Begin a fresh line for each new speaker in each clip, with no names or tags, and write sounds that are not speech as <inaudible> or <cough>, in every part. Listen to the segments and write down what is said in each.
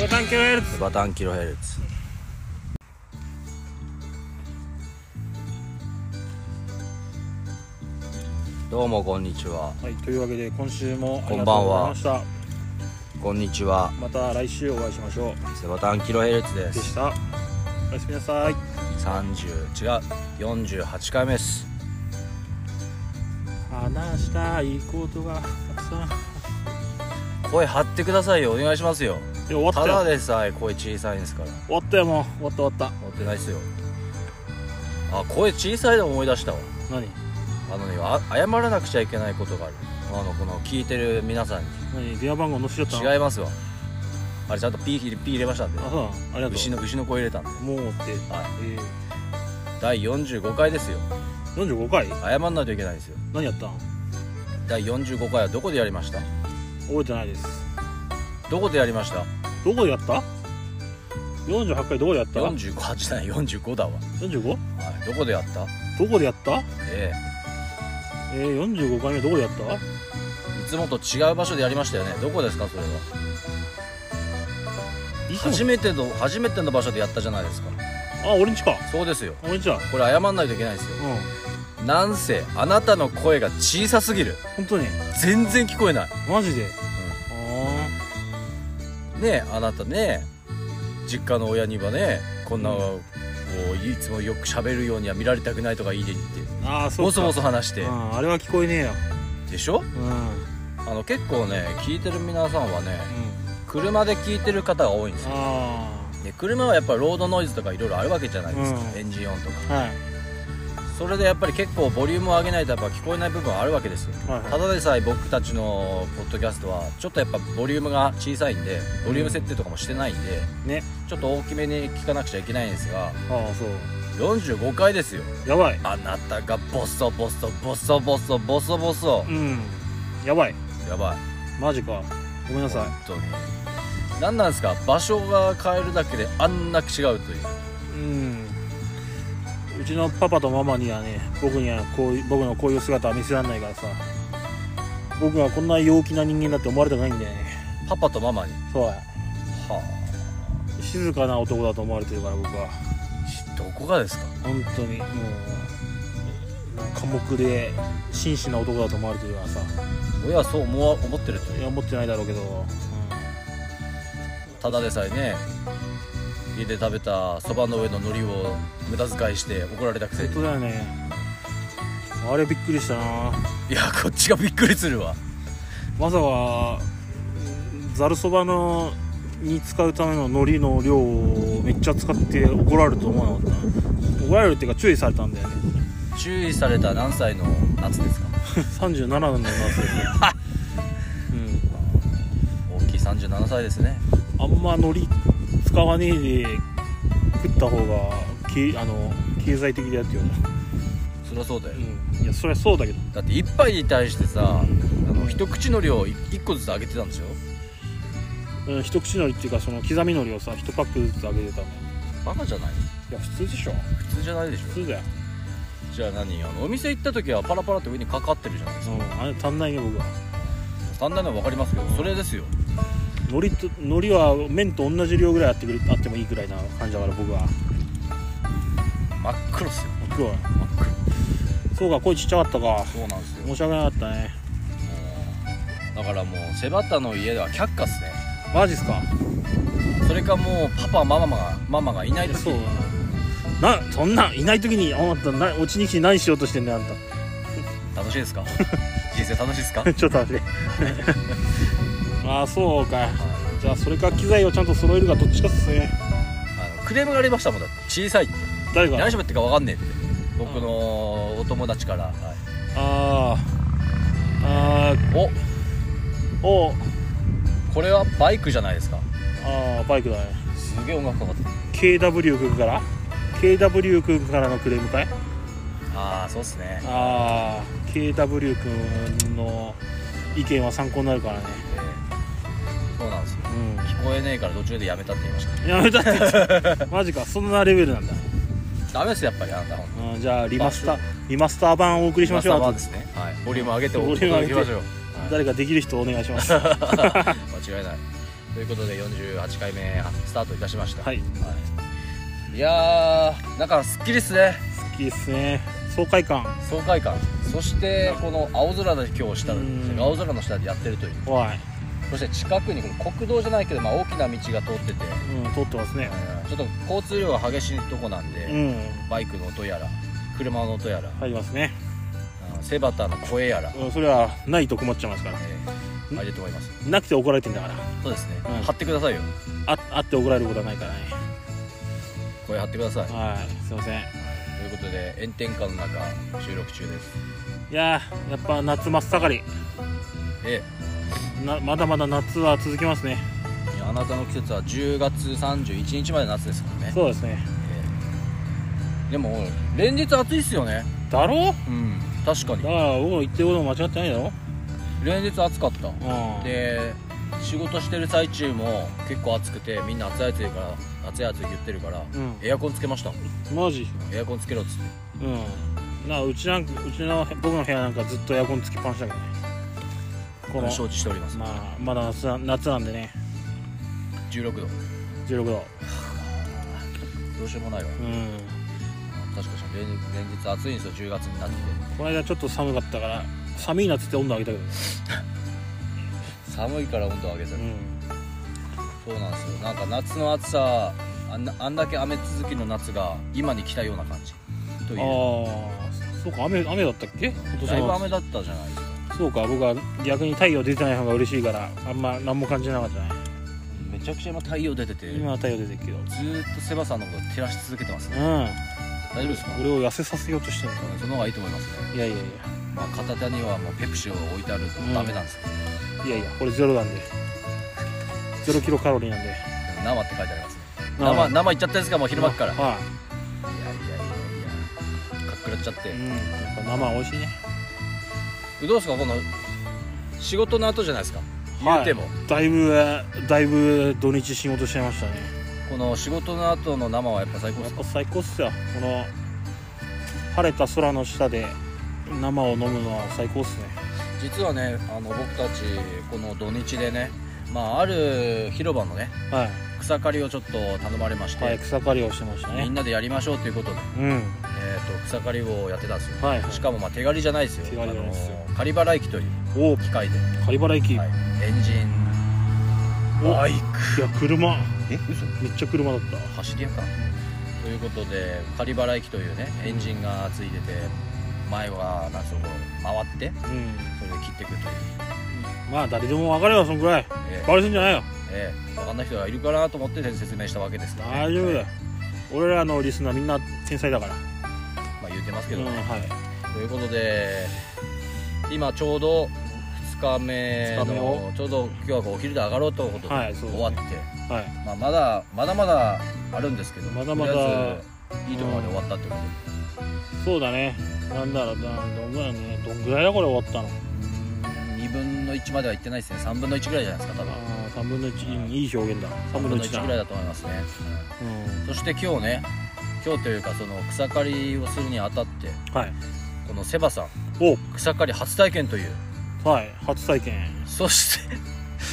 ボタンキロヘルツ
バタンキロヘルツどうもこんにちは
はいというわけで今週もあり
こ
が
んば
とう
ん
ござい
は
ました
こんにちは
また来週お会いしましょ
セバタンキロヘルツで
うでし
す
たおやすみなさい
30違う48回目です
話したいことがたくさん
声張ってくださいよお願いしますよ
いや終わった
た
よ
だでさえ声小さいんですから
終わったよもう終わった終わっ
持ってないっすよあ声小さいで思い出したわ
た何
あのねあ謝らなくちゃいけないことがあるあのこの聞いてる皆さんに
何電話番号載せちゃったの
違いますわあれちゃんとピー入れピー入れましたんで
あそうなのありがとう
牛の牛の声入れたんで
もうって
はい
え
第45回ですよ
ー、45回
謝んないといけないですよ
何やったん
第45回はどこでやりました
覚えてないです
どこでやりました
どこでやった48回どこでやった
48だよ45だわ、
45?
はい、どこでやった
どこでやった
え
えー、45回目どこでやった
えいつもと違う場所でやりましたよねどこですかそれはい
つも
初めての初めての場所でやったじゃないですか
あ俺んちか
そうですよ
俺んちだ
これ謝んないといけないですよ
うん
なんせあなたの声が小さすぎる
本当に
全然聞こえない
マジで、あ
ねえあなたね実家の親にはねこんな、
うん
こういつもよく喋るようには見られたくないとかいいでにって
ーあーそうか
ボソボソ話して
うん、あれは聞こえねえよ
でしょ
うん、うん、
あの結構ね聞いてる皆さんはね車で聞いてる方が多いんですよ
あ
で車はやっぱロードノイズとかいろいろあるわけじゃないですか、
うん
エンジン音とか
あはい
それでやっぱり結構ボリュームを上げないとやっぱ聞こえない部分はあるわけですよ
はいは
ただでさえ僕たちのポッドキャストはちょっとやっぱボリュームが小さいんでボリューム設定とかもしてないんで、
いね
ちょっと大きめに聞かなくちゃいけないんですが
ああそう
45回ですよ
やばい
あなたがボソボソボソボソボソボソ
うんやばい
やばい
マジかごめんなさい
本当に何なんですか場所が変えるだけであんな違うという
うんうちのパパとママにはね僕にはこういう僕のこういう姿は見せられないからさ僕はこんな陽気な人間だって思われたくないんだよね
パパとママに
そうや
は
静かな男だと思われてるから僕は
あしどこがですか
本当にもう寡黙で真摯な男だと思われてるからさ
親はそう思わ思ってると
い
いう
や思ってないだろうけど、
ただでさえね家で食べたそばの上の海苔を無駄遣いして怒られたくせ
本
に
当だよねあれびっくりしたない
やこっちがびっくりするわ
まさかざるそばのに使うための海苔の量をめっちゃ使って怒られると思わなかった怒られるっていうか注意されたんだよね <laughs>
注意された何歳の夏ですか
37なんだよなそれで
大きい37歳ですね
うんあんま海苔使わねえで食った方がきあの経済的だよって言われた
そりゃそうだよ、
うんいやそりゃそうだけど
だって一杯に対してさあの一口の量い一個ずつあげてたんですよ
うん一口のりっていうかその刻みのりをさ一パックずつあげてたのよ
バカじゃない
いや普通でしょ
普通じゃないでしょ
普通だよ
じゃあ何あのお店行った時はパラパラって上にかかってるじゃないですか
うんあれ足んないね僕は
単なるの分かりますけどそれですよ
海苔と海苔は麺と同じ量ぐらいあってくれあってもいいぐらいな感じだから僕は
真っ黒っすよ
今日は
真っ黒
そうか声ちっちゃかったか
そうなんですよ
申し訳なかったね
だからもうセバタの家では却下っすね
マジっすか
それかもうパパママがママがいない時
そうだななそんないない時に「あんたな落ちに来て何しようとしてんだよあんた
楽しいですか <laughs> 人生楽しいですか」
<laughs>
<laughs>
ちょっと待ってああそうか
あ
じゃあそれか機材をちゃんと揃えるかどっちかっすね
のクレームがありましたもんだって小さいって
誰が
何喋ってるか分かんねえって僕のお友達から、はい
あーあー
お
お
これはバイクじゃないですか
ああバイクだね
すげえ音楽かかってる
KW 君から KW 君からのクレームかい
ああそうっすね、
ああ KW 君の意見は参考になるからね
えーそうなんですよ聞こえねえから途中でやめたって言いまし
うんやめたって言っち <laughs> ゃうマジかそんなレベルなんだ、
たダメですやっぱりあなたほんと
うん、じゃあリマスターリマスター版をお送りしましょう
マ
後
ス
で
ターバーですね、はい、ボリューム上げて
ボ
お
リューム上げて
届けしましょう <laughs>
誰かできる人お願いします
間違いないということで48回目スタートいたしました
はい
はいいやーなんかすっきりっすね
好きですね爽快感
爽快感そしてこの青空で今日下
うん
青空の下でやってるという
はい、
そして近くにこの国道じゃないけど、まあ、大きな道が通ってて、
うん、通ってますね
ちょっと交通量が激しいとこなんで、
うん
バイクの音やら車の音やら、
入りますね、
あのセバタの声やら、
うん、それはないと困っちゃいますから
えーあれだと思います
なくて怒られてんだから
そうですね、
うん
貼ってくださいよ
ああって怒られることはないからね
声貼ってください、
はいすいませんい
ということで炎天下の中収録中です
やーやっぱ夏真っ盛り
え
なまだまだ夏は続きますね
えいやあなたの季節は10月31日まで夏ですからね、
そうですね
ええでも連日暑いっすよね
だろ
うん確か
だか
に
ら僕の言ってることも間違ってないだろ
連日暑かった
うん
で仕事してる最中も結構暑くてみんな暑い暑いから暑い暑い言ってるから
うん
エアコンつけましたもん
マジ
エアコンつけろっつって
うんなうちなんかうちの僕の部屋なんかずっとエアコンつきっぱなしだけどねこの
承知しております
まあまだ夏な夏なんでね
16度
16度
どうしようもないわ
うん
確かに連日連日暑いんですよ10月になって
この間ちょっと寒かったから寒いなっつって温度上げたけどね
寒いから温度上げて
う
る、
ん
そうなんですよなんか夏の暑さあんなあんだけ雨続きの夏が今に来たような感じという
ああそうか雨雨だったっけ今年
だいぶ
の
雨だったじゃないですか
そうか僕は逆に太陽出てない方が嬉しいからあんま何も感じなかったね
めちゃくちゃ今太陽出てて
今は太陽出てるけどうん
ずーっとセバさんのこと照らし続けてますね大丈夫ですか
俺を痩せさせようとしてるのか
その方がいいと思いますね
ないやいやい
まあ、片手にはもうペプシを置いてあるとダメなんですよ、
やいやいやこれゼロなんでゼロキロカロリーなんで
でも生って書いてありますね生生いっちゃったんですかもう昼間っからいや
はい
やいやいやかっくらっちゃって
い、うん、やっぱ生は美味しいね
どうですかこの仕事の後じゃないですか言うても、
だいぶだいぶ土日仕事しちゃいましたね
この仕事の後の生はやっぱ最高で
やっ
すか
ぱ最高っすよこの晴れた空の下で生を飲むのは最高っすね
実はねあの僕たちこの土日でねまあある広場のね
はい、
草刈りをちょっと頼まれまして、
はい、草刈りをしてました
みん
ね
なでやりましょうということで、
うん
えー、と草刈りをやってたんですよ、
はいはい
しかもまあ手刈りじゃないですよ
手刈りじゃないですよ
あの刈り払い機という
おお
機械で
刈原駅、
はい、エンジン
お
バイ
いや車
クえ嘘
めっちゃ車だっ
走り屋かということで仮払い機というねエンジンがついてて前はなんつうのこう回って
たうん
それで切っていくという
まあ誰でも分かるよそんくらい
え
バレすんじゃないよ
え分かんない人がいるかなと思って説明したわけですから、ね、
大丈夫だよ俺らのリスナーみんな天才だから
まあ言ってますけ
う
ど
ん
ね、
は
ということで今ちょうど2日目の
二日目を
ちょうど今日はこうお昼で上がろうということで
はいそうですね
終わって、
いはい
まあ、まだまだまだあるんですけど
まだまだ
とりあえずいいところまで終わったってことで
そうだねなんだろうなどんぐらいねどんぐらいだこれ終わったの
2分の1までは行ってないですね3分の1ぐらいじゃないですか多分
あ3分の1、うんいい表現だ3
3
分
分
の
の
1だ
1ぐらいだと思いますね
うん
そして今日ね今日というかその草刈りをするにあたって
はい
このセバさん
お
草刈り初体験という
はい初体験
そして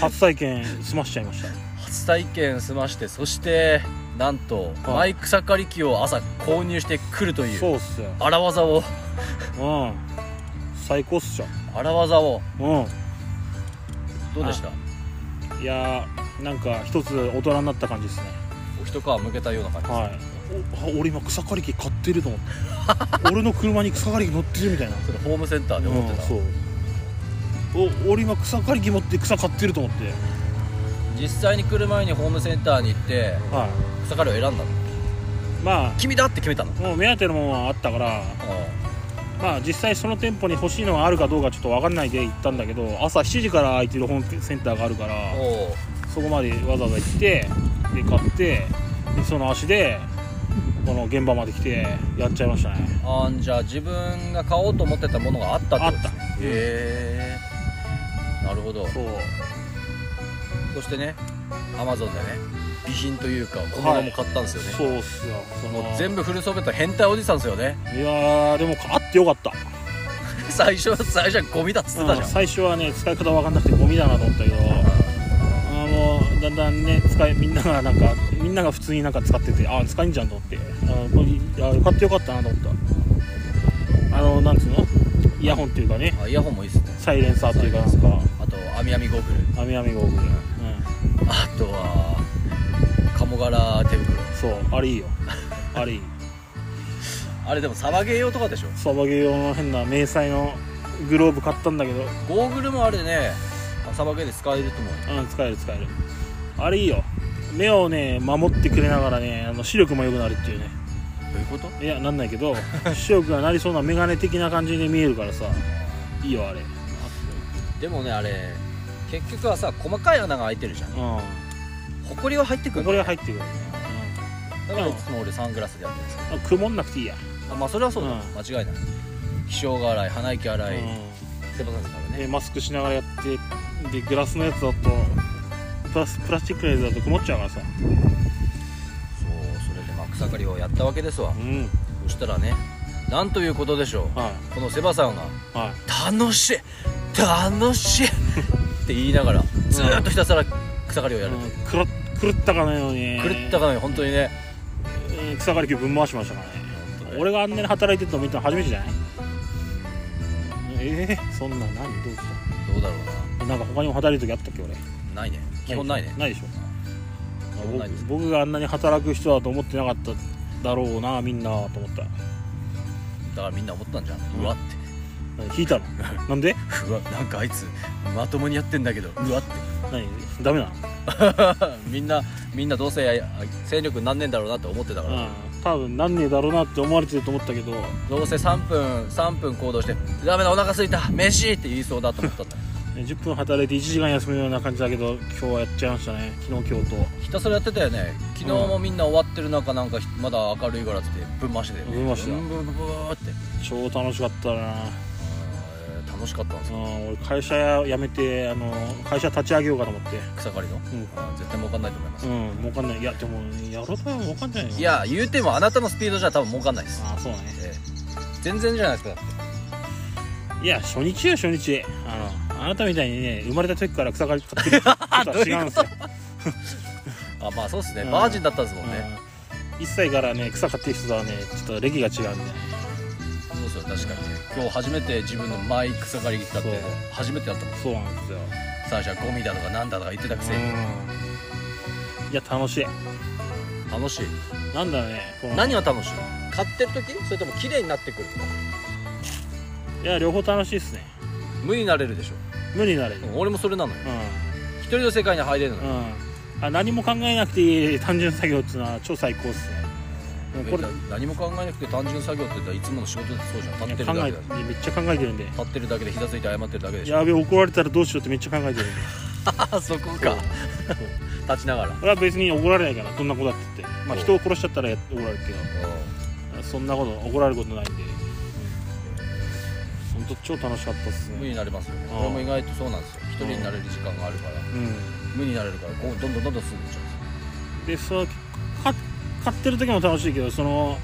初体験済ましちゃいました
初体験済ましてそしてなんと
はい
マイ草刈り機を朝購入してくるという
そうっすよ
荒技を
うん最高っすよ
荒技を
う
どうでした
んいやーなんか一つ大人になった感じですね
お一皮向けたような感じです、
はいおあ俺今草刈り機買ってると思って <laughs> 俺の車に草刈り機乗ってるみたいな
それホームセンターで思ってた、
うんそうお俺今草刈り機持って草買ってると思って
実際に来る前にホームセンターに行って
は
草刈りを選んだの
いま
君だって決めたの
あもう目当てのものはあったから
う
まあ実際その店舗に欲しいのがあるかどうかちょっと分かんないで行ったんだけど朝7時から空いてるホームセンターがあるから
んおう
そこまでわざわざ行ってで買ってでその足でこの現場まで来てやっちゃいましたね
あんじゃあ自分が買おうと思ってたものがあったってことですね
あった
へえなるほど
そう
そしてねアマゾンでね備品というか小物も買ったんですよね、
そうっすよその
もう全部フル装備と変態おじさんですよね <laughs>
いやーでもあってよかった
最初最初はゴミだっつってたじゃん、
うん最初はね使い方分かんなくてゴミだなと思ったけどあーもうだだんだんね使いみんながなんかみんなが普通になんか使っててああ使いんじゃんと思ってあーこれあー買ってよかったなと思ったあのなんつうのイヤホンっていうかね
あイヤホンもいいっすね
サイレンサーっていうかなんか
あと網網ゴーグル
網網ゴーグル
あとは鴨柄手袋
うんそうあれいいよあれいい
あれでもサバゲー用とかでしょ
サバゲー用の変な迷彩のグローブ買ったんだけど
ゴーグルもあれねサバゲーで使えると思う
うん使える使えるあれいいよ目をね守ってくれながらねあの視力も良くなるっていうね
どういうこと
いやなんないけど視力がなりそうな眼鏡的な感じで見えるからさいいよあれ
でもねあれ結局はさ細かい穴が開いてるじゃん
う
ホコリは入ってくる
ん
ん
こ
だ
れ
よ
は
ね
入ってくる、う
だからいつも俺サングラスでやってるんですけ
ん、曇んなくていいや、
どあまあそれはそうだ、
うん
間違いない気性が荒い鼻息荒い、セバさんですから
うん
ね
でマスクしながらやってでグラスのやつだとプラスプラスチックのやつだと曇っちゃうからさ
そうそれでまあ草刈りをやったわけですわ
うん
そしたらねなんということでしょ
は
うこのセバさんが
いはい
楽しい楽しい <laughs> って言いながらずーっとひたすら草刈りをやる、
うんくろ狂ったかのように
狂ったかのように本当にね
うん草刈り機ぶん回しましたからね俺があんなに働いてたの見たの初めてじゃないえー、そんな何どうし
どうだろ
たなんか他にも働いてる時あったっけ俺
うなないね基本ないね
ないでしょ
基本ないです
僕僕があんなに働く人だと思ってなかっただろうなみんなと思った
だからみんな思ったんじゃん、
う
うんわって
引
<laughs>
いたのなんで
うわなんかあいつまともにやってんだけどうわって <laughs>
何ダメなの
みんなみんなどうせあ勢力なんねえんだろうなって思ってたから、
うん多分なんねえだろうなって思われてると思ったけど
どうせ3分3分行動して「ダメだお腹すいた飯!」って言いそうだと思った
<laughs>
んだ
10分働いて1時間休むような感じだけど今日はやっちゃいましたね昨日今日と
ひたすらやってたよね昨日もみんな終わってる中なんかひまだ明るいからっつってぶん回してたよね
ぶん回してた
ぶんぶんぶんぶんって
超楽しかったな
あー楽しかったんです
う
よ
ん俺会社辞めてあの会社立ち上げようかと思って
草刈りの
うん
あー絶対儲かんないと思います、
うん儲かんないいやでもやろうとは儲かんないよ
いや言うてもあなたのスピードじゃ多分儲かんないです、
ああそうね
ええ全然じゃないですか
いや初日よ初日あのあなたみたいにね生まれた時から草刈り買ってる人と <laughs> は違うんですよ、
あまあそうですね
うん
バージンだったんですもんね、
うん、1歳からね草刈ってる人とはねちょっと歴が違うんで
そうですよ確かに今日初めて自分のマイ草刈り機使って
そう
初めてやったもん
そうなんですよ
最初はゴミだとかなんだとか言ってたくせに
うんいや楽しい
楽しい
なんだろうねこの
何が楽しい買ってる時それとも綺麗になってくる
いや両方楽しいっすね
無になれるでしょ
無になれるうん、
俺もそれなのよ一人の世界に入れるの
う
よ、
んあ何も考えなくていい単純作業っていうのは超最高っすねうんこれい
何も考えなくて単純作業って言ったらいつもの仕事だってそうじゃん立
や
って
考
るだ
え
けだ
てめっちゃ考えてるんで
立ってるだけで膝ついて謝ってるだけで <laughs> しょ
やべえ怒られたらどうしようってめっちゃ考えてるんで
あそこか立ちながら
それは別に怒られないからどんなことだって言って、まあ、
そう
人を殺しちゃったらや怒られるけどそんなこと怒られることないんで本当超楽しかったっす
無
ね
になれますよね
うん
これも意外とそうなんですよ一人になれる時間があるから
うん
無になれるからこうどんどんどんどん進んでいっちゃうんです
でその
よ
か買ってる時も楽しいけどその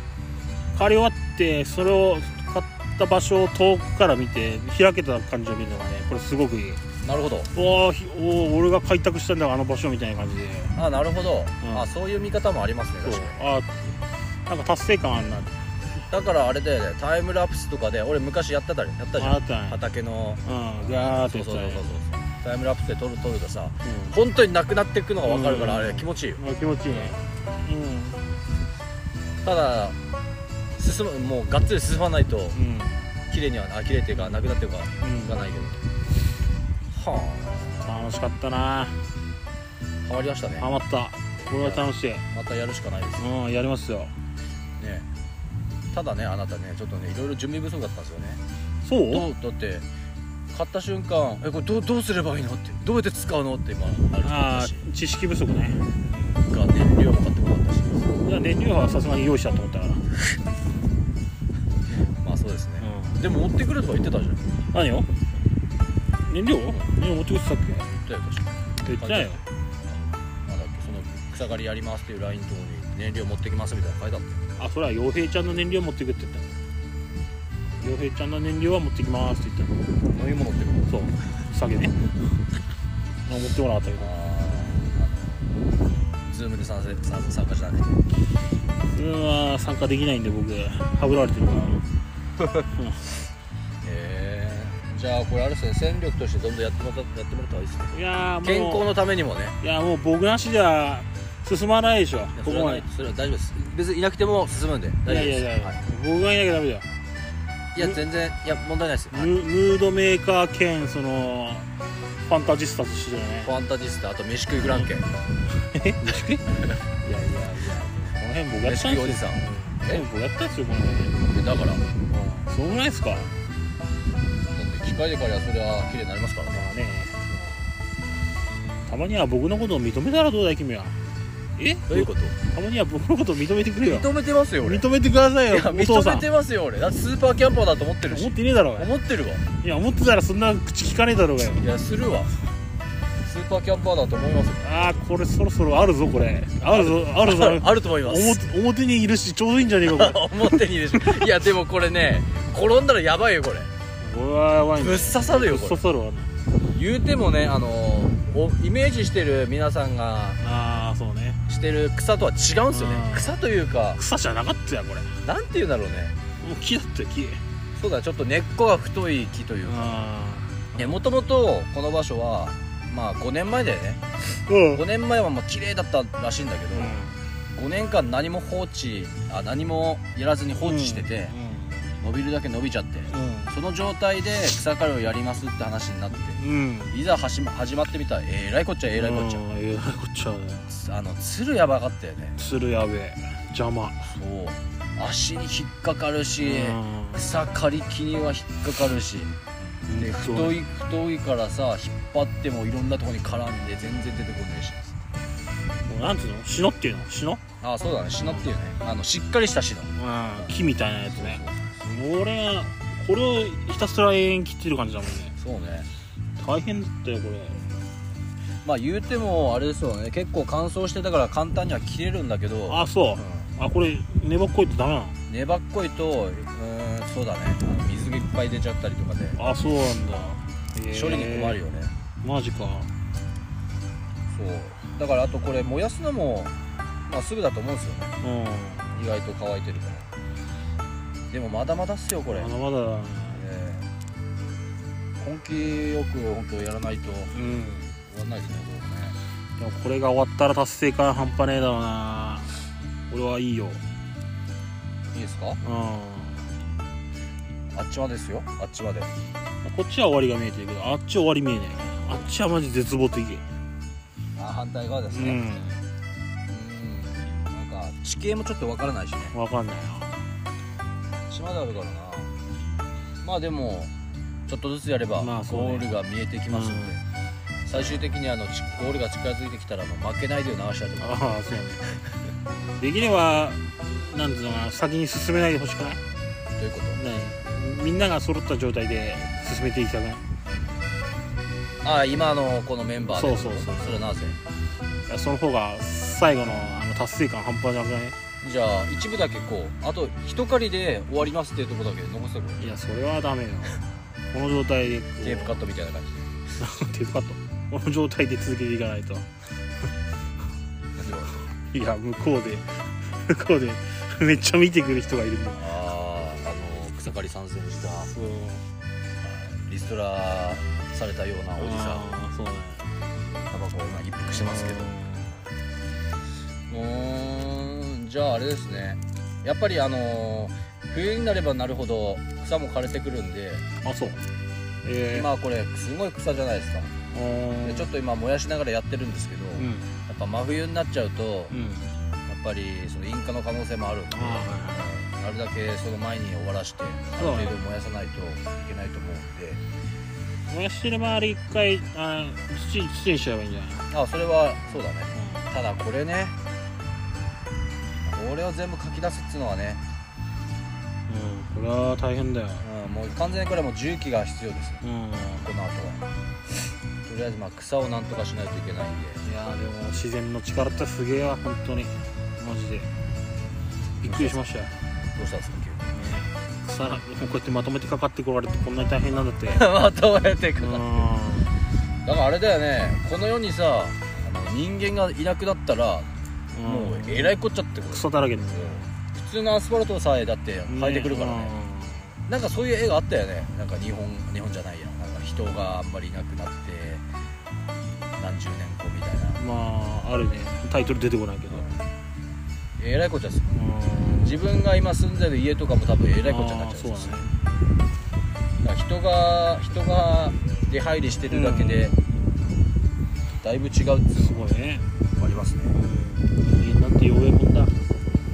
刈り終わってそれを買った場所を遠くから見て開けた感じを見るのがねこれすごくいい
なるほど
おーひおー俺が開拓したんだあの場所みたいな感じで
あなるほど、
うん
あそういう見方もありますね
そう
確かに
あーなんか達成感あんな
だからあれだよねタイムラプスとかで俺昔やってたりやったじゃ
あ
ん
ったね
畑の
うんガーって
そう
やつ
そ
だ
うそ
ね
うそうそうタイムラプスで撮る撮るとさ
うん
本当になくなっていくのが分かるからあ
うん
れ気持ちいいよ
まあ、気持ちいいね
ただ進むもうがっつり進まないと
うんうん
綺麗にはあ綺麗っていうかなくなってるか
うん
がないけどは
楽しかったな
あ変わりましたね
ハマったこれは楽しい
またやるしかないです
うんやりますよ
ねただねあなたねちょっとねいろいろ準備不足だったんですよね
そう
どうだって買った瞬間えこれどうどうすればいいのってどうやって使うのって今あ
あ
るし
あ知識不足ね
が燃料も買ってこなかったし
いや燃料はさすがに用意したと思ったから
まあそうですね、でも持ってくるとか言ってたじゃん言
何よ燃料燃料持ってくってたっ
ったよ確か
け言ってないよ
なんだっけその草刈りやりますっていうラインのとこに燃料持ってきますみたいなの書いてあっ
あそれは洋平ちゃんの燃料持ってくって言った洋平ちゃんの燃料は持ってきますって言った
飲み物ってこと
そう酒ねあ持ってこなかったけど
あーズームで参加参参加したね
ズームは参加できないんで僕はぶられてるから
へえじゃあこれあれですね戦力としてどんどんやってもらったやってもらった方がいいですね
いやーもう
健康のためにもね
いやもう僕なしじゃ進まないでしょ
いや
こ
そ
こ
れは
ま
な
で
いそれは大丈夫です別にいなくても進むんで
い
大丈
や
夫
いや
です
いやいや、
はい
僕がいなきゃダメだよ、
いや全然いや問題ないです、はい
ムムードメーカー兼そのファンタジスタとしてだよね
ファンタジスタあと飯食いフランケン
えっ飯食いこ
いやいやい
の辺僕や
飯
った
食
ん
いお
で
じ
すよ
さん
え僕やったんですよこの辺
えだからだって
そうぐらいですかま
機械で借りはそれは綺麗になりますからね
あねたまには僕のことを認めたらどうだい君はえ
どういうこと
たまには僕のことを認めてくれよ
認めてますよ俺
認めてください
い
よ
や
お父さ
認
ん
めてますよ俺だってスーパーキャンパーだと思ってるし
思ってねえだろうが
思ってるわ
いや思ってたらそんな口聞かねえだろうがよ
いやするわスーパーキャンパーだと思います
ああこれそろそろあるぞこれあるぞあるぞ
<laughs> あると思います
表表にいるしちょうどいいんじゃねえかこ
表にいるしいやでもこれね転んだらやばいよこれ
れこれはやばい
ぶっ刺さるよ
ぶっ
これ
刺さるわ
言うてもねあのおイメージしてる皆さんが
ああそうね
してる草とは違うんですよ
う
ね
ん
草というか
草じゃなかったよこれも
なんて言うんだろうね
う木だったよ木
そうだちょっと根っこが太い木というか
あ
もともとこの場所はまあ5年前だよね
あうん
5年前はまあ綺麗だったらしいんだけど、5年間何も放置あ何もやらずに放置してて、伸びるだけ伸びちゃってその状態で草刈りをやりますって話になって
うんうん
いざ始ま始まってみたらえらいこっちゃえらいこっちゃ
うんえらいこっちゃだよ
あの鶴やばかったよね
鶴やべえ邪魔
そう足に引っかかるし
うん
草刈り機には引っかかるしで
そう
太い太いからさ引っ張ってもいろんなとこに絡んで全然出てこないし
もうなんていうのしのっていうのしの
ああそうだねしのっていうねあのしっかりしたしの
うん木みたいなやつねこれこれをひたすら永遠切ってる感じだもんね
そうね
大変だったよこれ
まあ言うてもあれですよね結構乾燥してたから簡単には切れるんだけど
あそう
う
あこれ粘っこいとダメなの
ん粘っこいとうーんそうだねあの水がいっぱい出ちゃったりとかで
あそうなんだ
処理に困
よ
るよね
マジか
そうだからあとこれ燃やすのも、まあ、すぐだと思うんですよね
うん
意外と乾いてるからでもまだまだっすよこれ、
ま
ね
だまだだね
え本気よく本当やらないと終
うん
わんないですね
でもこれが終わったら達成感半端ねえだろうな俺はいいよ
これねいいですか
うん
あっちまでですよあっちまで
こっちは終わりが見えてるけどあっちは終わり見えないあっちはマジ絶望的
あ反対側です
う
ねうん
ん
なんか地形もちょっとわからないしね
分かんない
島であるからなまあでもちょっとずつやればゴ
まあそうね
ールが見えてきますので、最終的にあのちゴールが近づいてきたらもう負けないでよ流したいと
な
思います
ああそうやねできればなんていうのかな先に進めないでほしくない
ということ
ねみんなが揃った状態で進めていきたくない
ああ今のこのメンバーで
そうそうそう
それはなぜ
いやその方が最後のあの達成感半端じゃなくない
じゃあ一部だけこうあと一狩りで終わりますっていうところだけ残してくれ
いやそれはダメよこの状態でこう
テープカットみたいな感じ
テープカットこの状態で続けていかないと
で
いや向こうで向こうでめっちゃ見てくる人がいるんだ
あああの草刈り参戦した
そう
リストラされたようなおじさん
あーそうね
タバコを今一服してますけどうーんじゃああれですねやっぱりあの冬になればなるほど草も枯れてくるんで
あそうえー、
今これすごい草じゃないですか
あー
でちょっと今燃やしながらやってるんですけど、
うん
やっぱ真冬になっちゃうと
うん
やっぱりその引火の可能性もあるんで、
あーは
なるだけその前に終わらしてある
そうだね
程度燃やさないといけないと思うんで
燃やしてる周り一回あー土に土にしちゃえばいいんじゃない
あそれはそうだねただこれねこれを全部書き出すっつうのはね、
うん、これは大変だよ
うん、もう完全にこれはもう重機が必要ですよ
うんい
この後はとりあえずまあ草をなんとかしないといけないんで
や
<laughs>
ーでも自然の力ってすげえわ本当にマジでびっくりしましたよ
どうしたんですか
草もうこうやってまとめてかかってこられてこんなに大
<laughs>
変なんだって
急にまとめてく
う
だ
ん
だからあれだよねこの世にさ人間がいなくなったらもうえらいこっちゃってこれ
草だらけで
普通のアスファルトさえだって生えてくるからねなんかそういう絵があったよねなんか日本日本じゃないやなんか人があんまりいなくなって何十年後みたいな
うんまああるねタイトル出てこないけど
えらいこっちゃですよ
うん
自分が今住んでる家とかも多分えらいこっちゃにな
あー
っちゃうんです
そう
よ
だね
だから人が人が出入りしてるだけで、だいぶ違うっていう
すごいね
のがありますね
人間なんて妖艶もんだ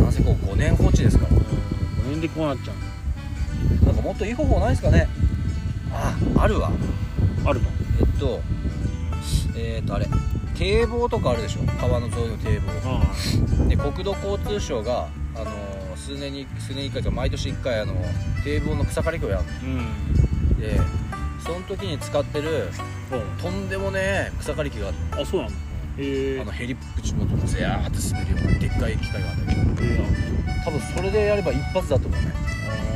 なんせこう5年放置ですから
5年でこうなっちゃ
なんかもっといい方法ないですかねああるわ
うあるの
えっとえっとあれ堤防とかあるでしょ川の沿いの堤防
あ
で国土交通省があの数年に数年に1回とか毎年1回あの堤防の草刈り機をやっ
あうん
てその時に使ってるとんでもねえ草刈り機があって
あそうなのへえ
あのヘリプチのとこゼヤーって滑るようなでっかい機械があるんだけど
え
多分それでやれば一発だと思うね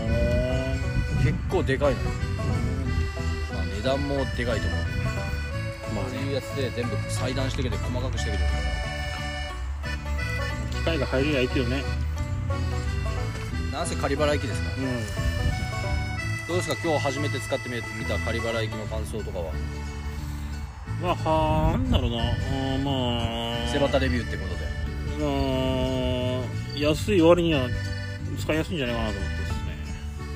え
結構でかいの、まあ、値段もでかいと思う
まあ
そう
ね
いうやつで全部裁断してくれて細かくしてくれるから
機械が入りゃいいけどね
なんせ仮払い機ですから
うん
どうですか今日初めて使ってみ見た仮払い機の感想とかは
まあはなんだろうなあーまあ
セバタレビューってことで
まあ安い割には使いやすいんじゃないかなと思ってですね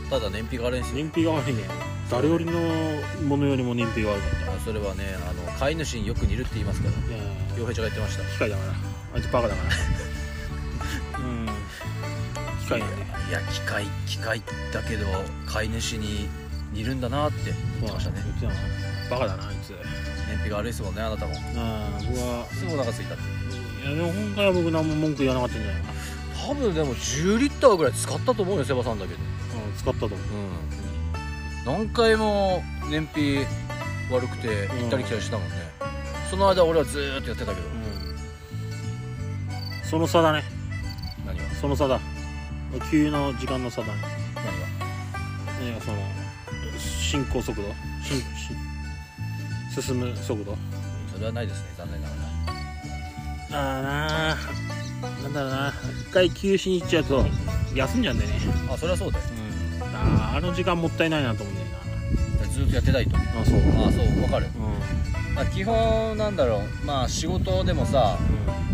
ただ燃費があれですよ
燃費が悪いね誰よりのものよりも燃費が悪かっ
あそれはねあの飼い主によく似るって言いますから
たいやー
洋平ちゃんが言ってました
機械だからあいつバカだから <laughs> うん機械なんで
いや機械機械だけど飼い主に似るんだなって言ってましたね
言ってたなバカだなあいつうん
燃費が悪いですもんねあなたも
僕は
すぐお腹すいたって
いやでも今回は僕何も文句言わなかったんじゃないかな、
多分でも10リッターぐらい使ったと思うよセバさんだけど
うん、使ったと思う
何回も燃費悪くて行ったり来たりしてたもんね、その間俺はずーっとやってたけど
うんその差だね
何が
その差だ給油の時間の差だね
何が
いやその進行速度進進進む速度
それはないですね残念ながら
あーなーなんだろうな一回給油しに行っちゃうと休んじゃうんだよね、
あそれはそうだよ
うん、あーあの時間もったいないなと思うんだよ
ずーっとやってたいと
なあそううん
ああそうわかるあ基本なんだろうまあ仕事でもさ、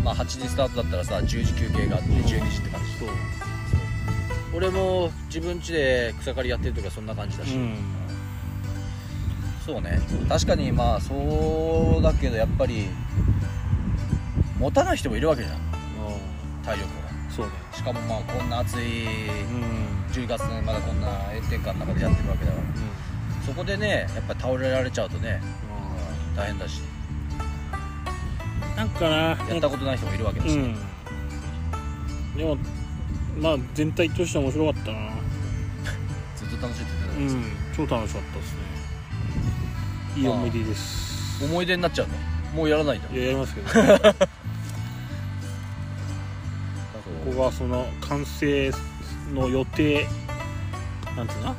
まあ、8時スタートだったらさ10時休憩があって
うん
12時って感
そ
じ、
う
俺も自分家で草刈りやってる時はそんな感じだし、
うん
そうね確かにまあそうだけどやっぱり持たない人もいるわけじゃん
あ
体力
ーそうね
がしかもまあこんな暑い
うん
10月にまだこんな炎天下の中でやってるわけだからそこでねやっぱ倒れられちゃうとね大変だし
うんなんかな
やったことない人もいるわけだ
う
し、
んでもまあ全体として面白かったな
ずっと楽しいって言ってたじゃないです
ん超楽しかったですねいい思い出です
か思い出になっちゃうのもうやらないんだ
いややりますけどこ
そう
こがその完成の予定なんていうの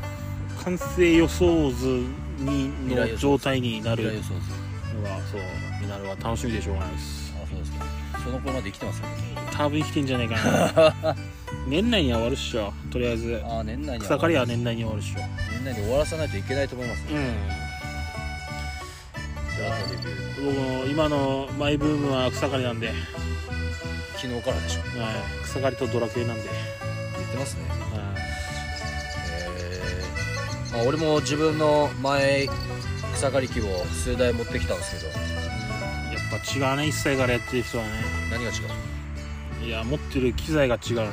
完成予想図に
未来
の
予想図
状態にな
未来
る
予想図
のがそうになるは楽しみでしょうがないです
あそうですけどその頃まで生きてますよ
多分生きてんじゃないかな年内には終わるっしょとりあえず
ああ年内に
草刈りは
ね
年内に終わるっしょ
年内に終わらさないといけないと思いますね
うん
セラタデビュー
僕の今のマイブームは草刈りなんで、はい、
昨日からでしょ
草刈りとドラクエなんで、
言ってますね
は
まあ、俺も自分の前草刈り機を数台持ってきたんですけど
いやっぱ違うね一切からやってる人はね
何が違う
いや持ってる機材が違うね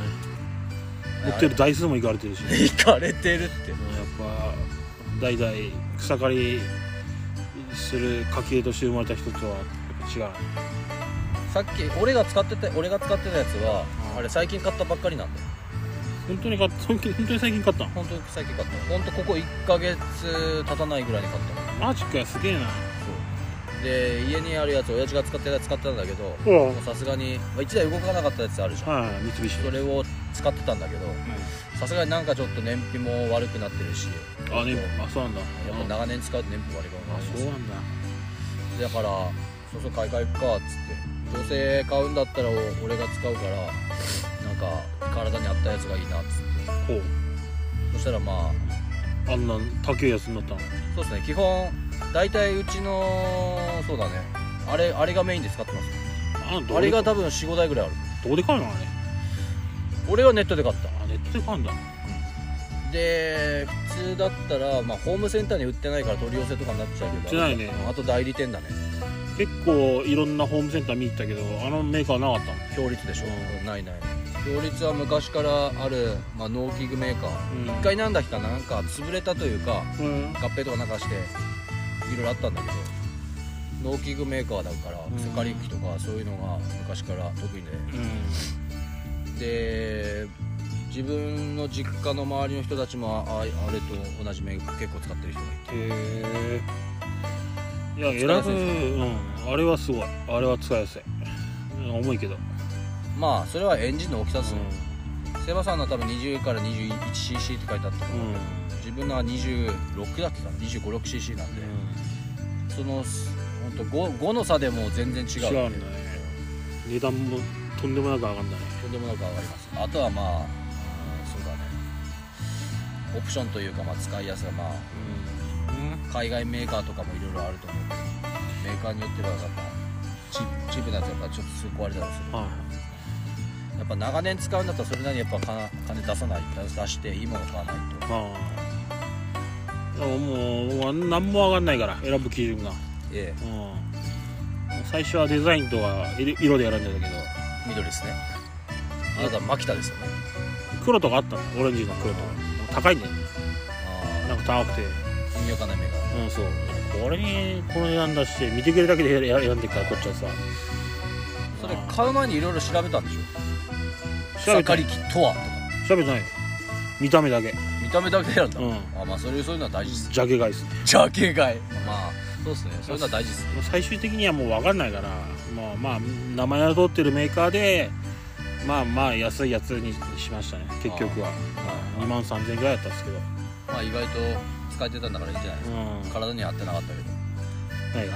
持ってる台数もいかれてるし、ね、
行かれてるって
うんやっぱ代々草刈りする家系として生まれた人とはやっぱ違うね
さっき俺が使ってた俺が使ってたやつは
うん
あれ最近買ったばっかりなんだよ
本当に買った本当に本当に最近買ったの
本当に最近買った本当ここ1ヶ月経たないぐらいに買ったの
マジかよすげえな
で家にあるやつ親父が使ってたやつ使ってたんだけども
うん
うさすがに、まあ、1台動かなかったやつあるじゃん
はい三菱
それを使ってたんだけどさすがになんかちょっと燃費も悪くなってるし
うんあねあそうなんだ
やっぱ長年使うと燃費悪いか
あ
ら
そうなんだ
だからそうそう買い替えるかっつってどうせ買うんだったらお俺が使うからなんか体に合ったやつがいいなっつって
ほう
そしたらまあ
あんな高いやつになったの
そうですね基本大体うちのそうだねあれあれがメインで使ってます
あど
あ
う
れ
で
が多分45台ぐらいある
どこで買うのあれ
俺はネットで買った
あネットで買うんだ
で普通だったら、まあ、ホームセンターに売ってないから取り寄せとかになっちゃう
売っ
け
て
ど
ないね
あと代理店だね
結構いろんなホームセンター見に行ったけどあのメーカーなかったもん
強烈でしょ、
う
ないない強烈は昔からある、まあ、農機具メーカ
う
ー
ん
一回なんだっけかなんか潰れたというか
うん
合併とかなんかしていろいろあったんだけど農機具メーカーだから
うん
セカリ機とかそういうのが昔から得意で、で自分の実家の周りの人たちもああれと同じメーカー結構使ってる人がいて
へえいや選ぶ、
使いや
うん、あれはすごいあれは使いやすいうん重いけど、
まあそれはエンジンの大きさですね、セバさんの多分20から 21cc って書いてあったと
う
思う、
ん
自分のは26だっけかな256cc なんで、その本当 5, 5の差でも全然違う
違うんだね値段もとんでもなく上がるんだね
とんでもなく上がりますあとはまあ、うんそうだねオプションというか、まあ、使いやすさまあ海外メーカーとかもいろいろあると思うけどメーカーによってはやっぱチープチープなやつやっぱちょっとすぐ壊れたりす
はい
るやっぱ長年使うんだったらそれなりにやっぱ金金出さない出していいものを買わないと
ああでももう何も上がんないから選ぶ基準が、
ええ
うん、最初はデザインとか色色で選んでたけど
緑ですねあなたマキタですよね
黒とかあったのオレンジの黒とか高いねな
あ
んか高くて
あ意味わかんないメーカー
うんそうこれにこの値段出して見てくれるだけで選選んでっからこっちはさ
それ買う前にいろいろ調べたんでしょ
調べ
草
た
刈り機とはとか
調べてないよ見た目だけ
見た目だけでやるんだ、
うん
あまあそれそういうのは大事です
ジャケ買いっす
ジャケ買いまあそうですねそういうのは大事です
最終的にはもう分かんないからまあまあ名前を取ってるメーカーでまあまあ安いやつにしましたね結局は2万3000円ぐらいだったんですけどうん
まあ意外と使えてたんだからいいんじゃないですか体には合ってなかったけど
何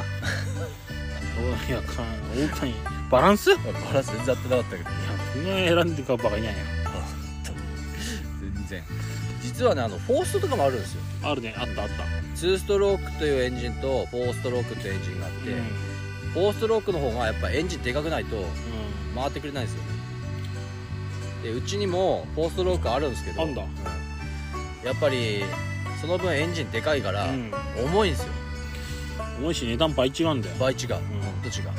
がいやかん大谷バランスいや
バランス全然合ってなかったけど
こんな選んで買うバカいないよ
全然実はねあのフォーストとかもあるんですよ
あるねあったあった
2ストロークというエンジンと4ストロークというエンジンがあって、
うん
4ストロークの方がやっぱエンジンでかくないと回ってくれないんですよでうちにも4ストロークあるんですけど
あんだ
やっぱりその分エンジンでかいから
うん
重いんですよ
重いし値段倍違うんだよ、
倍違うほ
うん
んと違う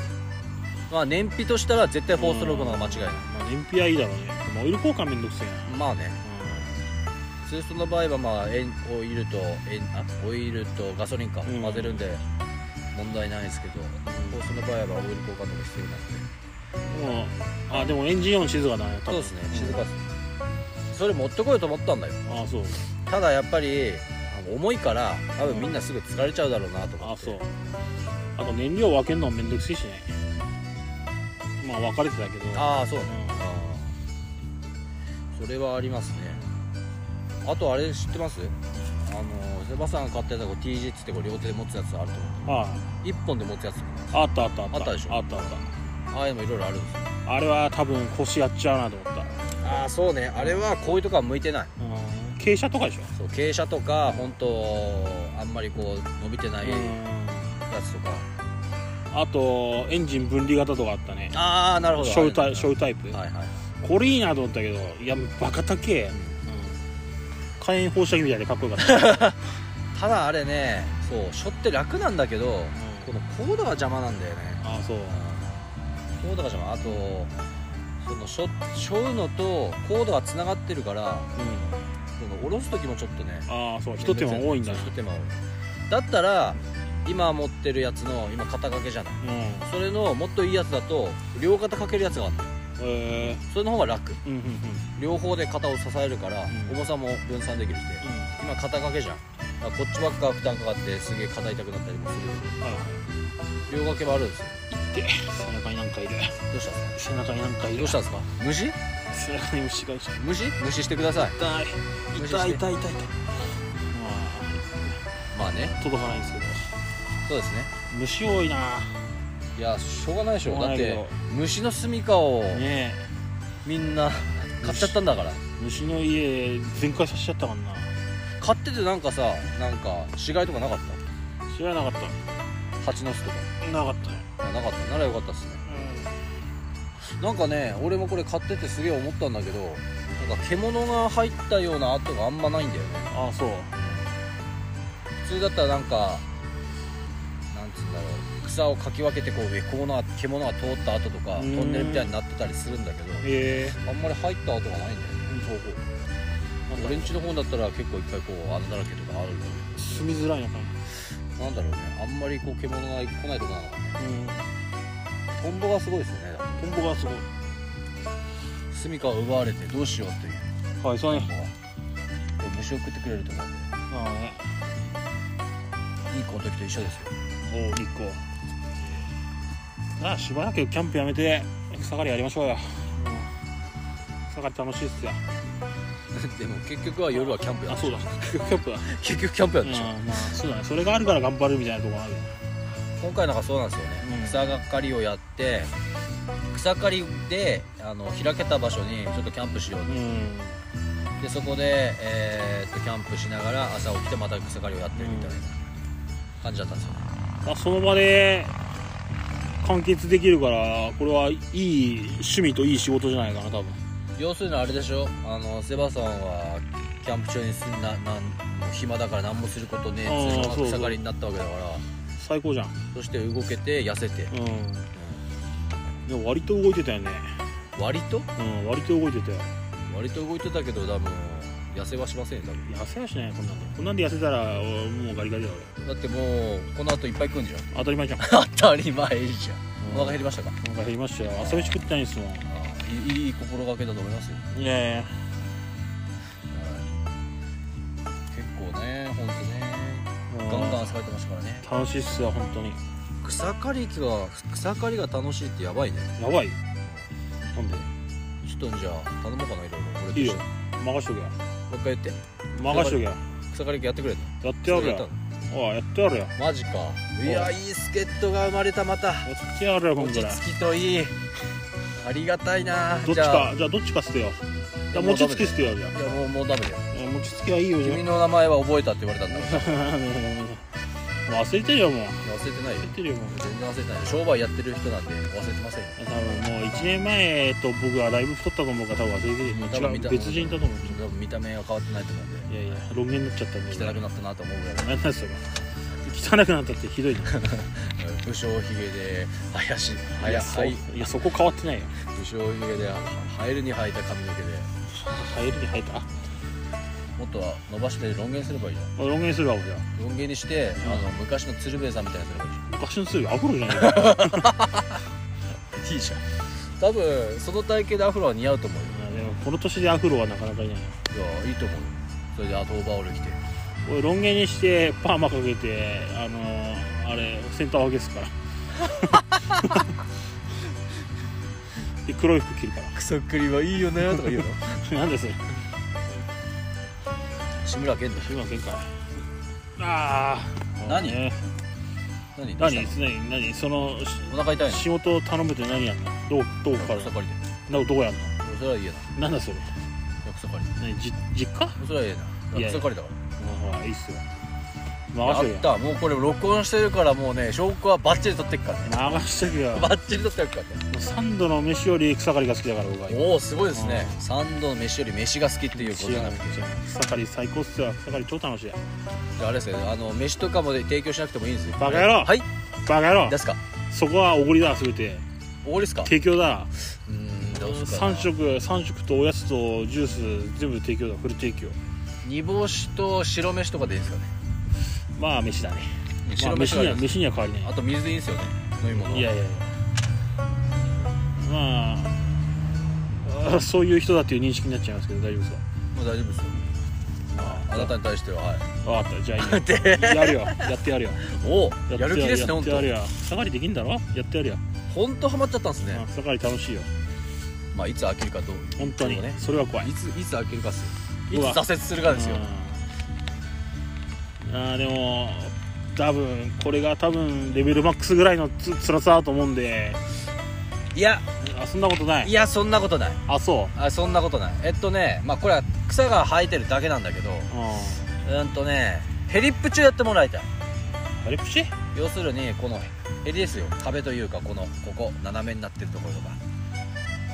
まあ燃費としたら絶対4ストロークの方が間違いない
まあ、燃費はいいだろうねでもオイル交換めんどくせえ
まあね
な
ツーストの場合はまあエンオイルとエンあオイルとガソリンか
うん
混ぜるんで問題ないですけど、フォーストの場合はオイル交換とか必要な
う
ん
んもうあでもエンジン音静かだね多分
でそうですね静かですねそれ持ってこようと思ったんだよ
ああそう
ただやっぱりあの重いから多分みんなすぐ疲れちゃうだろうなと
あ
思
あ
って、
そうあと燃料分けるのもめんどくせえしねまあ分かれてたけど
ああそう
う
ね
ん
あーそれはありますねあとあれ知ってますあのセバさんが買ってたこう TG っつってこう両手で持つやつあると思う
あ
一本で持つやつ
ああったあったあった
あったでしょ
あったあっ
ああいうのいろいろあるんですよ
たあれは多分腰やっちゃうなと思った、
ああそうねあれはこういうとこは向いてない
うん、傾斜とかでしょ
そう傾斜とか本当あんまりこう伸びてないや
うん
つとか、
あとエンジン分離型とかあったね
ああなるほど
ショータイショ
ー
ータイプ、
はいはい
これいいなと思ったけどいやバカ高え、うん、火炎放射器みたいでかっこよかった、
ただあれねそうショって楽なんだけどこのコードが邪魔なんだよね
ああそう
コードが邪魔あとそのしょしょうのとコードがつながってるから
う
その下ろす時もちょっとね
ん、ああそう一手間多いんだな
そう一手間多いだったら今持ってるやつの今肩掛けじゃない
うんへ
それのもっといいやつだと両肩かけるやつがあって
え
それの方が楽
うんうんうん
両方で肩を支えるから、
うん
重さも分散できるしで今肩掛けじゃんだからこっちばっか負担かかってすげえ肩痛くなったりもす
は
る
い
両掛けもあるんですよ
で背中になんかいる
どうしたんですか
背中になんかいる
どうしたんですか虫
背中に虫がいる
虫虫してください
痛い
無視
痛
し
い
て
痛い痛い痛いま
まあね
あ届かないんですけど
そうですね
虫多いな
いやしょうがないでし
しょ
ょ
うが
だ
な
っ
いけど
て虫の住みかを
ね
みんな買っちゃったんだから
え虫の家全開させちゃったからな
買っててなんかさなんか死骸とかなかっ
知らなかった
蜂の巣とか
たなかったね
あなかったならよかったっすねなんかね俺もこれ買っててすげえ思ったんだけどなんか獣が入ったような跡があんまないんだよね
ああそう
普通だったらなんかなんつうんだろう草をかき分けてこう上こうな獣が通った跡とかト
うん
ンネルみたいになってたりするんだけど
ええ
あんまり入った跡がないんだよね
そうなんだ
俺んちの方だったら結構いっぱいこう穴だらけとかあるんだ
住みづらいのか
けどなんだろうねあんまりこう獣が来ないとこなのかな
なうん
トンボがすごいですよねだか
トンボがすごい
ら住処を奪われてどうしようっていう
かわいそう
トン
ね
ボはこれ虫を食ってくれると思うんで
ああね
いい子の時と一緒ですよ
おお一個なあしばらくキャンプやめて草刈りやりましょうよ、草刈り楽しいっすよ <laughs>
でも <laughs> 結局は夜はキャンプや
あ
る
そうだ結 <laughs> 局キャンプだ
結局キャンプやるでしょ、
うんまあそうだねそれがあるから頑張るみたいなとこあるよ
今回なんかそうなんですよね、
うん
草刈りをやって草刈りであの開けた場所にちょっとキャンプしよう
うん
でそこで、えーっとキャンプしながら朝起きてまた草刈りをやってるみたいな感じだったんですよ、ね
まあその場で完結できるからこれはいい趣味といい仕事じゃないかな多分
要するにあれでしょあのセバさんはキャンプ中にすんななんもう暇だから何もすることね
あ
え
ー
っつって
そうそう
草刈りになったわけだから
最高じゃん
そして動けて痩せて、
うんでも割と動いてたよね
割と
うん割と動いてたよ
割と動いてたけど多分痩せはしませんね多分
痩せやしないこんなんでこんなんで痩せたらおもうガリガリだよ俺
だってもうこの後いっぱい食うん <laughs> じゃん
当たり前じゃん
当たり前じゃんお腹減りましたか
お腹減りましたよ朝飯食ってないんですもん
いいいい心がけだと思いますよ、
いやいや
結構ね本当ね
うん
ガンガン疲れてましたからね
楽しいっすよ本当に
草刈り機が草刈りが楽しいってやばいね
やばいなんで
ちょっとじゃあ頼もうかないろいろ俺と
いい
一緒
よ
にも
任しとけよ
う一回言って
任しとけよ
草刈り機やってくれる
やってや
の
るよおいやってやるよ
マジかいやいい助っ人が生まれたまた
やってやるよ今
落
度
ち
ら
着きといいありがたいな
どっち
じゃあ
かじゃあどっちか捨てようじゃあ
もう
餅つき捨てようじゃ
いやもうもうダメだよ
あいや餅つきはいいよじゃ
君の名前は覚えたって言われたんだから
あ忘れてるよもう
忘れてないよ
忘れてるよもう
全然忘れてない商売やってる人なんで忘れてませんよ
多分もう1年前と僕はだいぶ太ったと思うから多分忘れてる
多分
よ違
見た
う別人だと思う
多分見た目は変わってないと思うん
い
で
やいや論言になっちゃったんで
汚くなったなと思うぐらい
何だそれ汚くなったってひ
<laughs>
どいな
武将ひげで林
いや
林
そ
は
う
い
いやそこ変わってないよ
武将ひげで生えるに生えた髪の毛で
入るに入ったあ
もっとは伸ばして論言すればいいじゃ
論言するわじゃあ
ん論言にしてあの昔の鶴瓶さんみたいにすればいい
昔のすぐアフロじ
<laughs>
ゃないかあ
じゃんいいじゃん多分その体型でアフロは似合うと思うよ
でもこの年でアフロはなかなかいないない
やいいと思うよそれで後バオル着て
俺ロン毛にしてパーマかけてあのー、あれセンター分けすから
<laughs>
で黒い服着るか
草刈りはいいよねとか言うの
らなんでそれ
<laughs> 志村けんだ
今前回ああ
何
ね
何どうした
何
の
何何そのし
お腹痛いの
仕事を頼むって何やんのどうどこから
草刈りで
などうやん
それはいいやな
のなんだそれ
草刈り
何じ実家
それはいい
い
な
や
草刈りだから
ああいいっすよ
あ
任
っ
しと
たもうこれ録音してるからもうね証拠はバッチリ取ってっからね
けよ任しとけよ
バッチリ取ってっから
三度の飯より草刈りが好きだから僕は
ねおおすごいですね三度の飯より飯が好きっていうことじゃなくて
違う違う草刈り最高っすよ草刈り超楽しい
あれですよねあの飯とかもで提供しなくてもいいんですよ
バカ野郎
はい
バカ野郎
出すか
そこはおごりだ全て
おごりっすかう
提供だ
ーんどうするかな
3食三食とおやつとジュース全部提供だフル提供
煮干しと白飯とかでいいんですかね
まあ飯だね、まあ、
白飯
飯に
があり
は
ます
飯には変わりない
あと水でいいんですよね飲み物はい
やいやいやまああーそういう人だっていう認識になっちゃいますけど大丈夫ですか
もう大丈夫ですよあなたに対してははい
分かったじゃ
<laughs>
あいいよやるよやってやるよ
お
って
<laughs> おやる気です
や
ね
っ
本
てや
当
るよ草刈りできんだろやってやるよ、
本当ハマっちゃったんです
うん
ね
草刈り楽しいよ
まあいつ飽きるかどう
本当に
ね
それは怖い
いついつ開けるかっすよいうつ
わ
挫折するかですよ
うんあーでも多分これが多分レベルマックスぐらいのつ辛さだと思うんで
いや
あそんなことない
いやそんなことない
あそ
あそんなことないえっとねまあこれは草が生えてるだけなんだけど
ううん
うんとねヘリップ中やってもらいたい
あれプチ
要するにこのヘリですよ壁というかこのここ斜めになってるところとか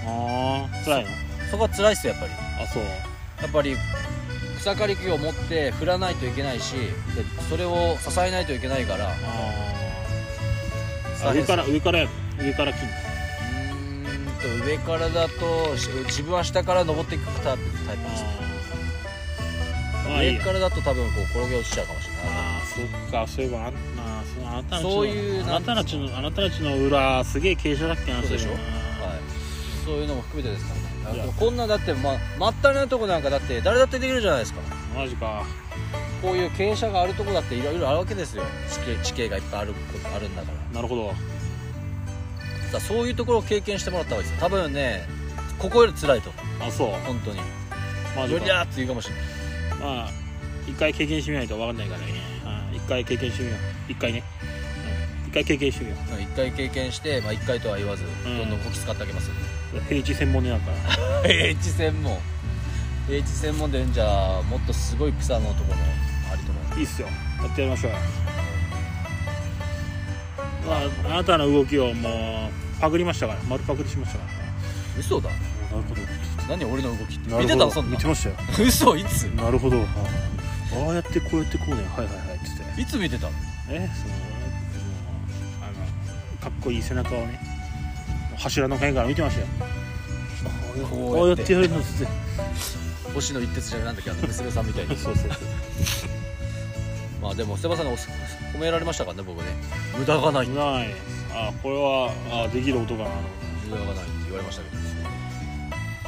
ああ辛いの
そこは辛いっすよやっぱり
あそう
やっぱり草刈り機を持って振らないといけないしでそれを支えないといけないから
あーあ
大変
上
っす
から上からやる上から切る
うーんと上からだとし自分は下から登っていくタイプタイプです
あーまあいい
上
や
からだと多分こう転げ落ちちゃうかもしれない
あーそっかそういえばあんあーそうあなたの
そういう
あなたたち
なんつう
のあなたたちの裏すげえ傾斜だっけな
そうでしょ
れな
はい、そういうのも含めてですから
い
ね
や
あとこんなだって、ま、まったりなとこなんかだって誰だってできるじゃないですか
マジか
こういう傾斜があるとこだっていろいろあるわけですよ地形地形がいっぱいあることあるんだから
なるほど
だからそういうところを経験してもらった方がいいですよ多分ねここより辛いと思
あそう
う本当に
マジ
より
か
ゃーって言うかもしれない
まあ一回経験してみないと分かんないからねうん一回経験してみよう一回ねうん一回経験してみよ
まあ一回経験して、まあ、一回とは言わず
ん
どんどんこき使ってあげますよ、
う平地専門になるから
平地専門平地専門でじゃあもっとすごい草のとこもありと思う
いいっすよやってやりましょうよまああなたの動きをもうパクりましたから丸パクリしましたから
嘘だ
なるほど
何俺の動きって見てたのそんな
見てましたよ
嘘いつ
なるほどあああやってこうやってこうねはいはいはいっつって
いつ見てたの
えそのあのかっこいい背中をね柱の辺から見てましたよ
こ
ああ
うや
や
っ
っててやるのっつって
星野一徹じゃなんだっけあの娘さんみたいに
そうそうそう
まあでもセバさんにお褒められましたからね僕ね無駄がない無
ないあこれはあできる音かな
駄がないって言われましたけど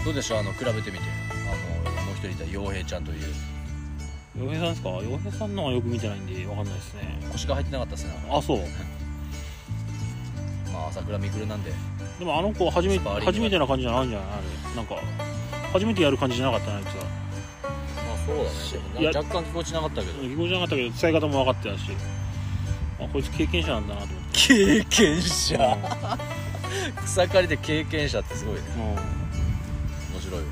どうでしょうあの比べてみてあのもう一人いた洋平ちゃんという
洋平さんですか洋平さんのはよく見てないんでわかんないですね
腰が入ってなかったっすね
あそう
まあ朝倉未来なんで
でもあの子初め
スパーリング
初めてな感じじゃないんじゃないあれなんか初めてやる感じじゃなかったなあいつは
まあそうだね
いや
若干聞こえちなかったけど
ぎこちなかったけど使い方も分かってたしあこいつ経験者なんだなと思って
経験 <laughs> 者草刈りで経験者ってすごいね
うんうん
面白いわ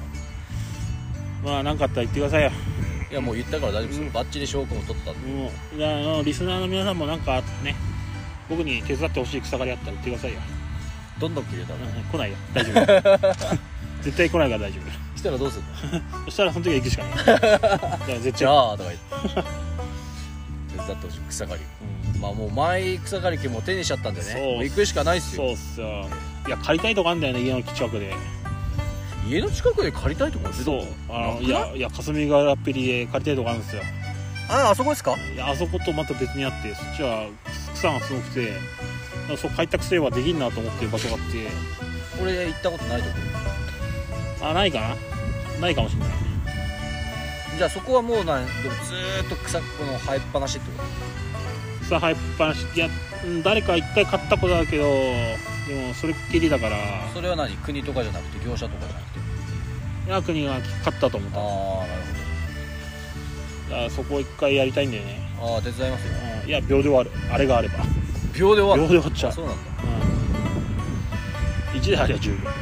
まあ何かあったら言ってくださいよ
いやもう言ったから大丈夫ですよ、
うん
バッチリ証拠も取ったんで
もうじゃああのリスナーの皆さんもなんかね僕に手伝ってほしい草刈りあったら言ってくださいよ、
どんどん切れた
う
の
ん来ないよ大
<laughs>
丈夫絶対来ないから大丈
したらどうするの
夫そしたらその時は行くしか
<laughs>
ないだから絶
じ
対
ゃあとか言って手伝ってほしい草刈り
うん
まあもう前草刈り機も手にしちゃったんでね
そう
もう行くしかないっす
そ
よ
うっすよいや借りたいとこあんだよね家の近くで
家の近くで借りたいとこ
そうあのい
いや
やいや霞ヶ浦っぺりで借りたいとこあるんですよ
ああそこですか
いやあそことまた別にあってそっちは草がすごくてあそう開拓すればできんなと思ってる場所があって
俺行ったことないとこ
あないかなないかもしれない
じゃあそこはもうなんでもずーっと草この生えっぱなしってこ
草生えっぱなしいやうん誰か一回買ったことあるけどでもそれっきりだから
とそれは何国とかじゃなくて業者とかじゃなくて
ヤークには買ったと思っただか
ああなる
らそこ一回やりたいんだよね、
ほどああ手伝いますよ
うん、いや秒で終わるあれがあれば
秒で終わ
秒で
る
終わっちゃ
あ
う
そうなんだ
うん、1でありゃ十分
あ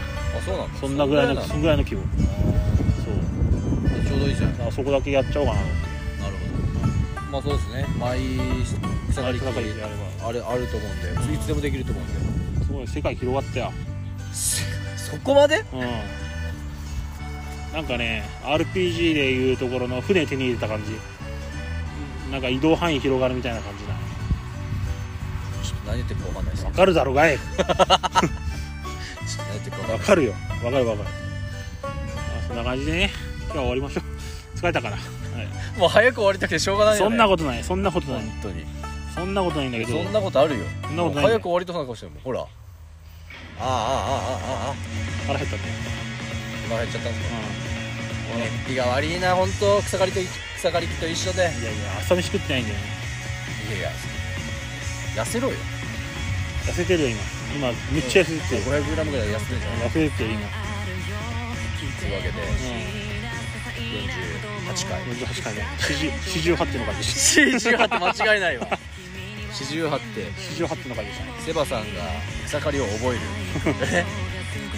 そうなんだ
そんなぐらいのそ
そん
ん
ぐ
ぐらいの規模
なん
そう
だちょうどいいじゃん
だからそこだけやっちゃおうかなと思って
なるほどまあそうですね毎草刈り機
草刈り機やれ
あれあると思うんでいつでもできると思うんで
ばすごい世界広がったよ
そこまで
うんなんかね RPG でいうところの船手に入れた感じなんか移動範囲広がるみたいな感じだ
ちょっと何言ってるか分かんないです
わかるだろうがい
ちょっと何言ってるか分かん
わ
ない
かるよわかるわかるまあそんな感じでね今日は終わりましょう疲れたから、はい
もう早く終わりたくてしょうがない
そ
よ
ん
ね
なことないそんなことない
本当に
そんなことないんだけど
そんなことあるよ
そんな
も
ことない
う
んだ
早
よ
く終わりとかなかもしれないもんほらああああああああ
腹減ったね、
ああ減っちゃったんですか燃費が悪いな本当草刈りと草刈り機と一緒でいや
うん、いやいや朝飯食ってないんだよね
いや痩せろよ
痩せてるよ今今めっちゃ痩せてる、
500g ぐらい痩せてるじ
痩
ゃん
せてる今
というわけで48回
うん48回ね四十四十八っていうのかな
48間違いないわ四十八手
18っての回でしたね
セバさんが草刈りを覚える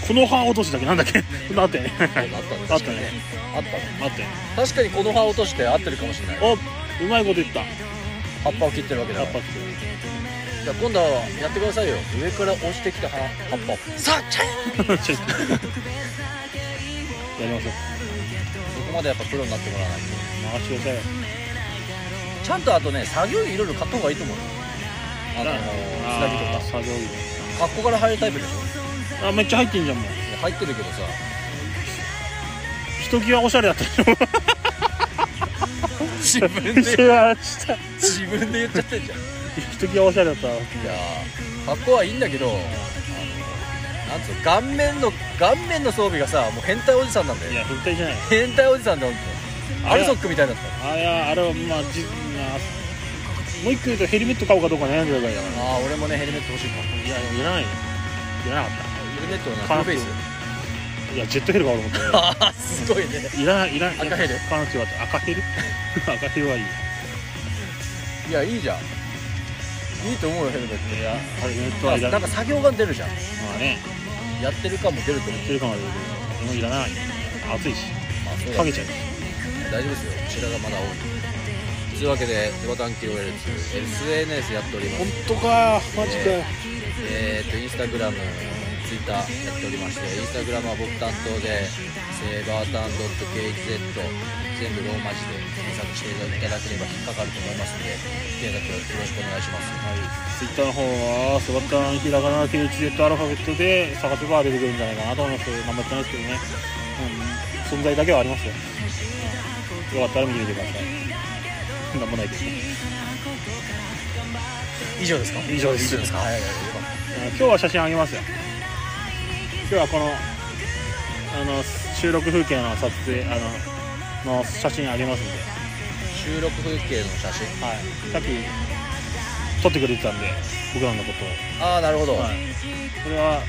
この葉落としだっけなんだっけ <laughs> なんて
あったね
あったね
あったね
待って
確かにこの葉落として合ってるかもしれない
おうまいこと言った
葉っぱを切ってるわけだ
や
か
っ
ら
ぱ
じゃあ今度はやってくださいよ上から押してきた葉葉っぱをさあチェン
ちょっとやりましょう
そこまでやっぱプロになってもらわないと
回してくださいよ
ちゃんとあとね作業着いろいろ買った方がいいと思うよあのー下着と
あー作業
か格好から入るタイプでしょ
着あめっちゃ入ってんじゃんもう
入ってるけどさ
ひときわおしゃれだったでしょ
自分
失
<laughs> で
礼 <laughs> した
自分で言っちゃってんじゃん
ひときわおしゃれだった
いやー格好はいいんだけどあのなんつうの顔面の顔面の装備がさもう変態おじさんなんだ
い
よ
や変態じゃない
変態おじさんだ本当アルソックみたいだった
あれはあれはまあじまあもう一個言うとヘルメット買おうかどうか悩んでるぐらいだから
ああ俺もねヘルメット欲しいかも
いやいらないよいらなかっ
ヘルメットの
カ
フ
ラ
ル
フ
フ
ェ
ェ
イ
イ
ス
ス
たいやジェットヘルがあるもんね
ああすごいね
いらないいらない
赤ヘル
買わなくてよかった赤ヘル <laughs> 赤ヘルはいい
いやいいじゃんいいと思うよヘルメット
いやヘルメットはいらな
ないんか作業感出るじゃん
まあね
やってる感も出ると思う
やってるかもだけどもういらない暑いし
あそうだ
かけちゃう
大丈夫ですよこちらがまだ多いというわけで手羽短期 OL2SNS やっております
当かマ
ジかよえー、とインスタグラムツイッターやっておりましてインスタグラムは僕担当でセーバータン .khz 全部ローマ字で検索していただければ引っかかると思いますので検索よろしくお願いします
はい、ツイッターの方は、セバタンひらがな KHZ アルファベットで探せば出てくるんじゃないかなと思います。頑張ってないですけどね、うん、存在だけはありますよ。うんよかったら見てみてください。なんもないですね。
以上ですか
以上です
以上ですかはいはいはい
うん今日は写真あげますよ。今日はこの、あの、収録風景の撮影、あの、の写真あげますんで、
収録風景の写真
はい。さっき、撮ってくれてたんで、僕らのことを。
ああなるほど、
はい、それは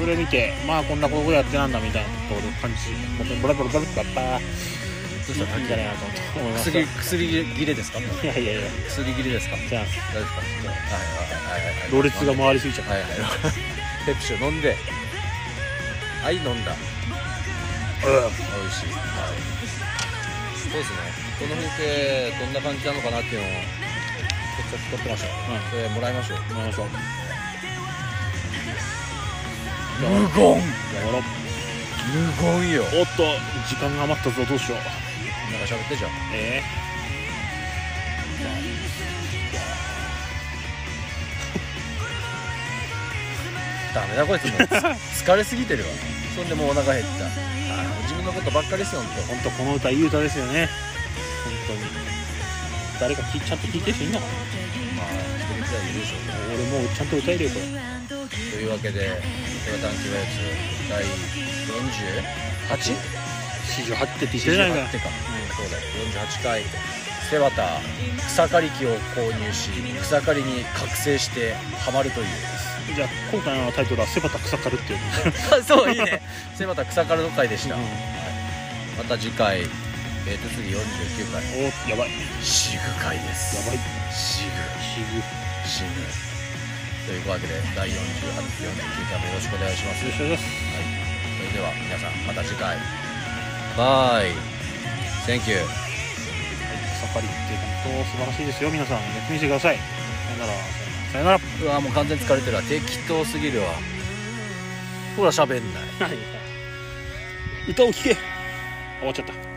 それ見てまあこんなことやってなんだみたいなことを感じボラボラボラボラボラ
そしたら
いいんじゃないかと思います
薬薬切れですか
いやいやいや
薬切れですか
じゃあ
大丈夫ですかちょっとはいはいはいはい
ろれつが回りすぎちゃった
はい <laughs> はいはいペプシを飲んではい飲んだ美味しい、そうですねこの風景どんな感じなのかなっていうのをちょっと撮ってましたね、
う
それもらいましょう
うん回りましょう
無言
やろう
無言よ
おっと時間が余ったぞどうしよう
なんか喋ってじゃん
え
ダメだこいつ <laughs> もう疲れすぎてるわそんでもうお腹減ったあー自分のことばっかりですよ本
え本当この歌いい歌ですよね本当に誰か聞いちゃんと聞いてる人いんのかな
当まあ一人くらいいるでしょうね
俺もうちゃんと歌えるよこれ
というわけで「手が短期はやつ」第 48?
48って言ってるじゃないかよ
48手か、そうだよ48回背わた草刈り機を購入し草刈りに覚醒してハマるという
じゃあ今回のタイトルは「背バタ草刈る」っていう
<laughs> そういいね背わた草刈りの回でした、
うん
また次回えー、と次49回
おーやばいや
シグ回です
ばい
シグ
シグ
シグというわけで第4849回もよろしくお願いします、
よろしくお願いします
はい、それでは皆さんまた次回バイ Thank you
草刈りって本当素晴らしいですよ皆さんやってみてくださいさよならさよなら
うわもう完全に疲れてるわ適当すぎるわほら喋んない
歌を聴け終わっちゃった